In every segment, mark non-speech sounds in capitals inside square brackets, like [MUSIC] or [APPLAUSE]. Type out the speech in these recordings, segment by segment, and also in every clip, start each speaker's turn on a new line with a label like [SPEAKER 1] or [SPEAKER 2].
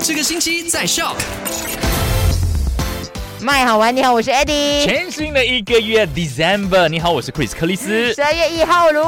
[SPEAKER 1] 这个星期在 Shock。
[SPEAKER 2] 麦好玩，你好，我是 Eddie。
[SPEAKER 3] 全新的一个月，December，你好，我是 Chris 克里斯
[SPEAKER 2] 十。二月一号喽。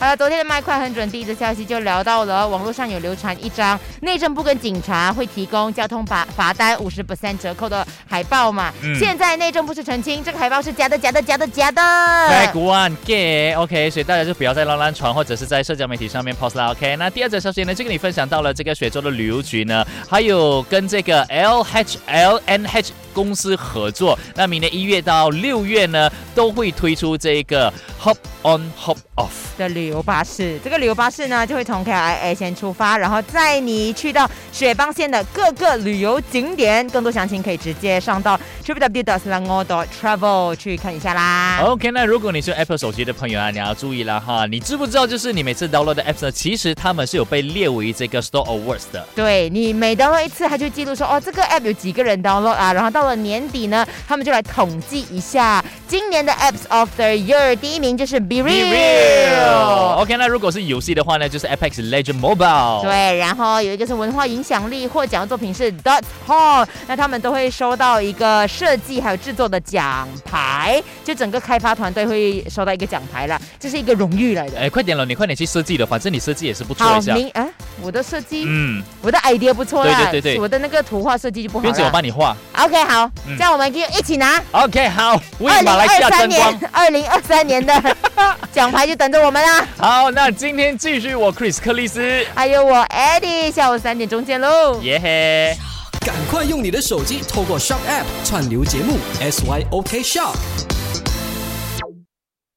[SPEAKER 2] 好了，昨天的麦快很准，第一则消息就聊到了网络上有流传一张内政部跟警察会提供交通罚罚单五十 percent 折扣的海报嘛。
[SPEAKER 3] 嗯
[SPEAKER 2] 现在内政部是澄清，这个海报是假的，假的，假的，假的。
[SPEAKER 3] Tag one gay，OK，、所以大家就不要在浪浪床或者是在社交媒体上面 post 啦，OK。那第二则消息呢，就跟你分享到了这个雪州的旅游局呢，还有跟这个 LHLNH 公司合作，那明年一月到六月呢，都会推出这个 Hop on Hop off。
[SPEAKER 2] 的旅游巴士，这个旅游巴士呢就会从 KIA 先出发，然后载你去到雪邦县的各个旅游景点。更多详情可以直接上到 www. s l a n g o travel 去看一下啦。
[SPEAKER 3] OK，那如果你是 Apple 手机的朋友啊，你要注意了哈。你知不知道，就是你每次 download 的 Apps 呢，其实他们是有被列为这个 Store Awards 的。
[SPEAKER 2] 对你每 download 一次，它就会记录说哦，这个 app 有几个人 download 啊，然后到了年底呢，他们就来统计一下今年的 apps of the year，第一名就是 Be
[SPEAKER 3] Be
[SPEAKER 2] Real。
[SPEAKER 3] OK，那如果是游戏的话呢，就是 Apex Legend Mobile。。
[SPEAKER 2] 对，然后有一个是文化影响力获奖的作品是 Dot Hall，那他们都会收到一个设计还有制作的奖牌，就整个开发团队会收到一个奖牌啦，这是一个荣誉来的。
[SPEAKER 3] 哎，快点了，你快点去设计了，反正你设计也是不错
[SPEAKER 2] 好
[SPEAKER 3] 一下。
[SPEAKER 2] 明啊，我的设计，
[SPEAKER 3] 嗯，
[SPEAKER 2] 我的 idea 不错啦，
[SPEAKER 3] 对对对对
[SPEAKER 2] 我的那个图画设计就不好
[SPEAKER 3] 娟姐，我
[SPEAKER 2] 啦。
[SPEAKER 3] 帮你画。
[SPEAKER 2] OK，好，
[SPEAKER 3] 嗯
[SPEAKER 2] 这样我们就一起拿。
[SPEAKER 3] OK，好，为
[SPEAKER 2] 二零
[SPEAKER 3] 马来西亚
[SPEAKER 2] 二三
[SPEAKER 3] 争光。
[SPEAKER 2] 年，二零二三年的
[SPEAKER 3] [LAUGHS]
[SPEAKER 2] 奖牌就等着我们啦！
[SPEAKER 3] 好，那今天继续我 Chris 克里斯，
[SPEAKER 2] 还有我 Eddie，下午三点钟见喽。
[SPEAKER 3] 耶嘿。
[SPEAKER 1] 赶快用你的手机透过 Shock App 串流节目 SYOK Shock。